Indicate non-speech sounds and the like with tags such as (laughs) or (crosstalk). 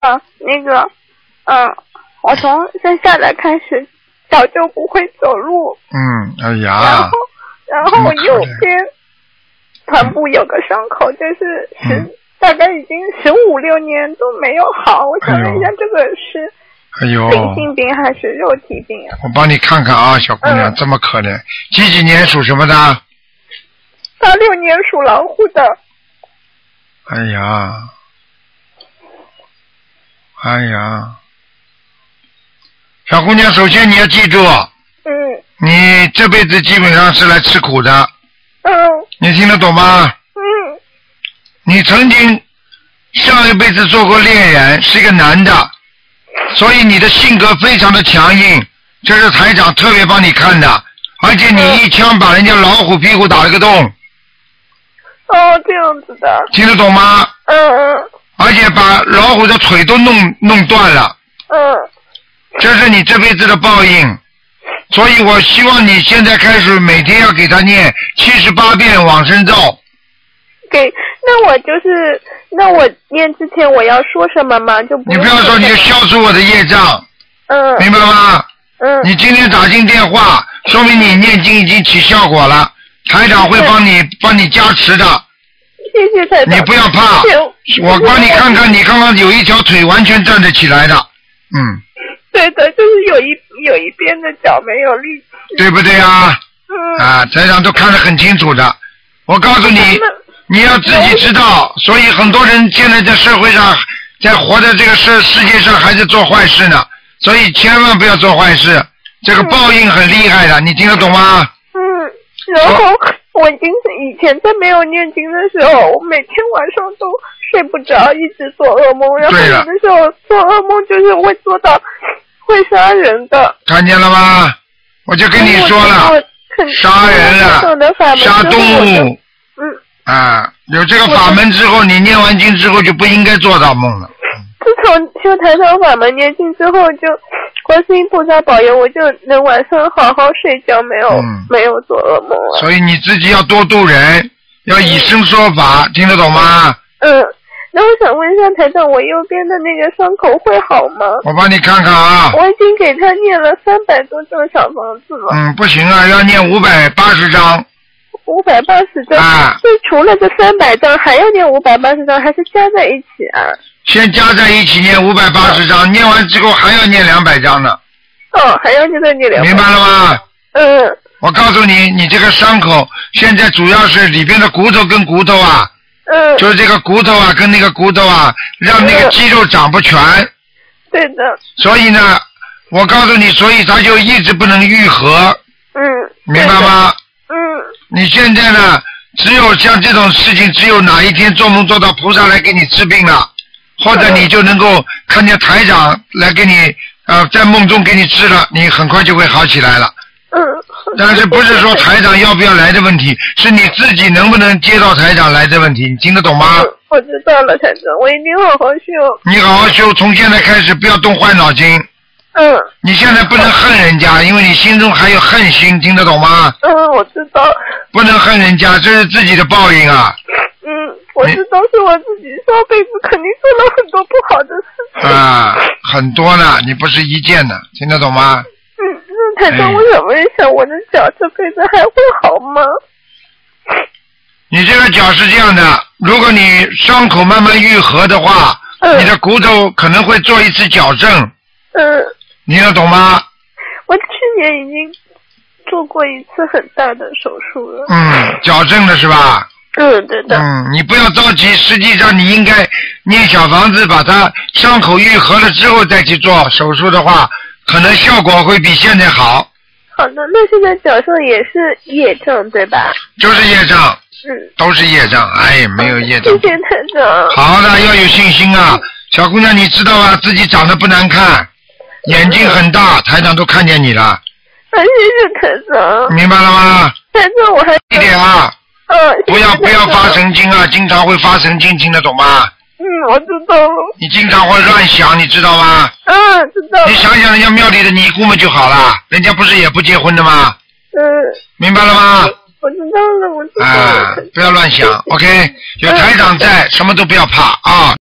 嗯，那个，嗯，我从生下来开始，脚就不会走路，嗯，哎然呀后，，然后嗯右好的边臀部有个伤口，就是十、嗯大概已经十五六年都没有好。我想问一下，这个是哎呦，灵性病还是肉体病啊？我帮你看看啊，小姑娘嗯这么可怜，几几年属什么的？八六年属老虎的，哎呀，哎呀，小姑娘，首先你要记住，嗯你这辈子基本上是来吃苦的，嗯你听得懂吗？嗯你曾经上一辈子做过恋人，是一个男的，所以你的性格非常的强硬，这是台长特别帮你看的，而且你一枪把人家老虎屁股打了个洞，哦，这样子的，听得懂吗？嗯而且把老虎的腿都弄弄断了。嗯这是你这辈子的报应。所以我希望你现在开始每天要给他念七十八遍往生咒。给。那我就是，那我念之前我要说什么吗？就不你用不要说你就消除我的业障，嗯明白吗？ (laughs) 嗯你今天打进电话，说明你念经已经起效果了，台长会帮你帮你加持的，谢谢台长，你不要怕谢。谢我帮你看看，你刚刚有一条腿完全站得起来的，嗯，对的，就是有一有一边的脚没有力气。对不对啊？嗯，啊，台长都看得很清楚的。我告诉你那，你要自己知道，所以很多人现在在社会上，在活在这个世世界上还是做坏事呢，所以千万不要做坏事，这个报应很厉害的，你听得懂吗？嗯，然后我已经以前在没有念经的时候，我每天晚上都睡不着，一直做噩梦，然后对有了的时候做噩梦就是会做到会杀人的。看见了吗？我就跟你说哦我了，，哎我杀人我懂得了，法门之后杀动物我就嗯，啊！有这个法门之后，你念完经之后就不应该做到梦了。自从修台上法门念经之后就。观世音菩萨保佑，我就能晚上好好睡觉，没有、嗯没有做噩梦了。所以你自己要多度人，要以身说法，听得懂吗？嗯，那我想问一下台长，我右边的那个伤口会好吗？我帮你看看啊。我已经给他念了三百多张小房子了，嗯，不行啊，要念五百八十章，五百八十张。啊就除了这三百张，还要念五百八十张，还是加在一起啊？先加在一起念五百八十章，念完之后还要念两百章呢，哦，还要再念两百。明白了吗？嗯我告诉你，你这个伤口现在主要是里边的骨头跟骨头啊， (laughs) 嗯，就是这个骨头啊跟那个骨头啊，让那个肌肉长不全，对的，所以呢，我告诉你，所以它就一直不能愈合，嗯，明白吗？对的？嗯，你现在呢，只有像这种事情，只有哪一天做梦做到菩萨来给你治病了，或者你就能够看见台长来给你，呃，在梦中给你治了，你很快就会好起来了。嗯，但是不是说台长要不要来的问题，是你自己能不能接到台长来的问题，你听得懂吗？嗯我知道了，台长，我一定好好修。你好好修，从现在开始不要动坏脑筋。嗯你现在不能恨人家，因为你心中还有恨心，听得懂吗？嗯，我知道，不能恨人家，这是自己的报应啊！嗯，我知道是我自己上辈子肯定做了很多不好的事情。啊，很多呢，你不是一件呢，听得懂吗？嗯，那台哎长，我想问一下，我的脚这辈子还会好吗？你这个脚是这样的，如果你伤口慢慢愈合的话，嗯你的骨头可能会做一次矫正，嗯，你听得懂吗？我去年已经做过一次很大的手术了。嗯，矫正了是吧？嗯，对的。嗯，你不要着急，实际上你应该念小房子，把它伤口愈合了之后再去做手术的话，可能效果会比现在好。好的，那现在脚上也是业障对吧？就是业障，嗯，都是业障，哎，没有业谢障。谢台长。好的，要有信心啊，小姑娘，你知道吧？自己长得不难看，眼睛很大，台长都看见你了，啊，谢谢台长。明白了吗？台长，我还一点啊，嗯，谢谢不要不要台长发。神经啊，经常会发神经，听得懂吗？嗯，我知道了。你经常会乱想，你知道吗？嗯，知 (laughs) 道你了。想想人家庙里的尼姑们就好了，人家不是也不结婚的吗？嗯，明白了吗？我知道了，我知道啊了。，不要乱想，OK，有台长在，什么都不要怕啊。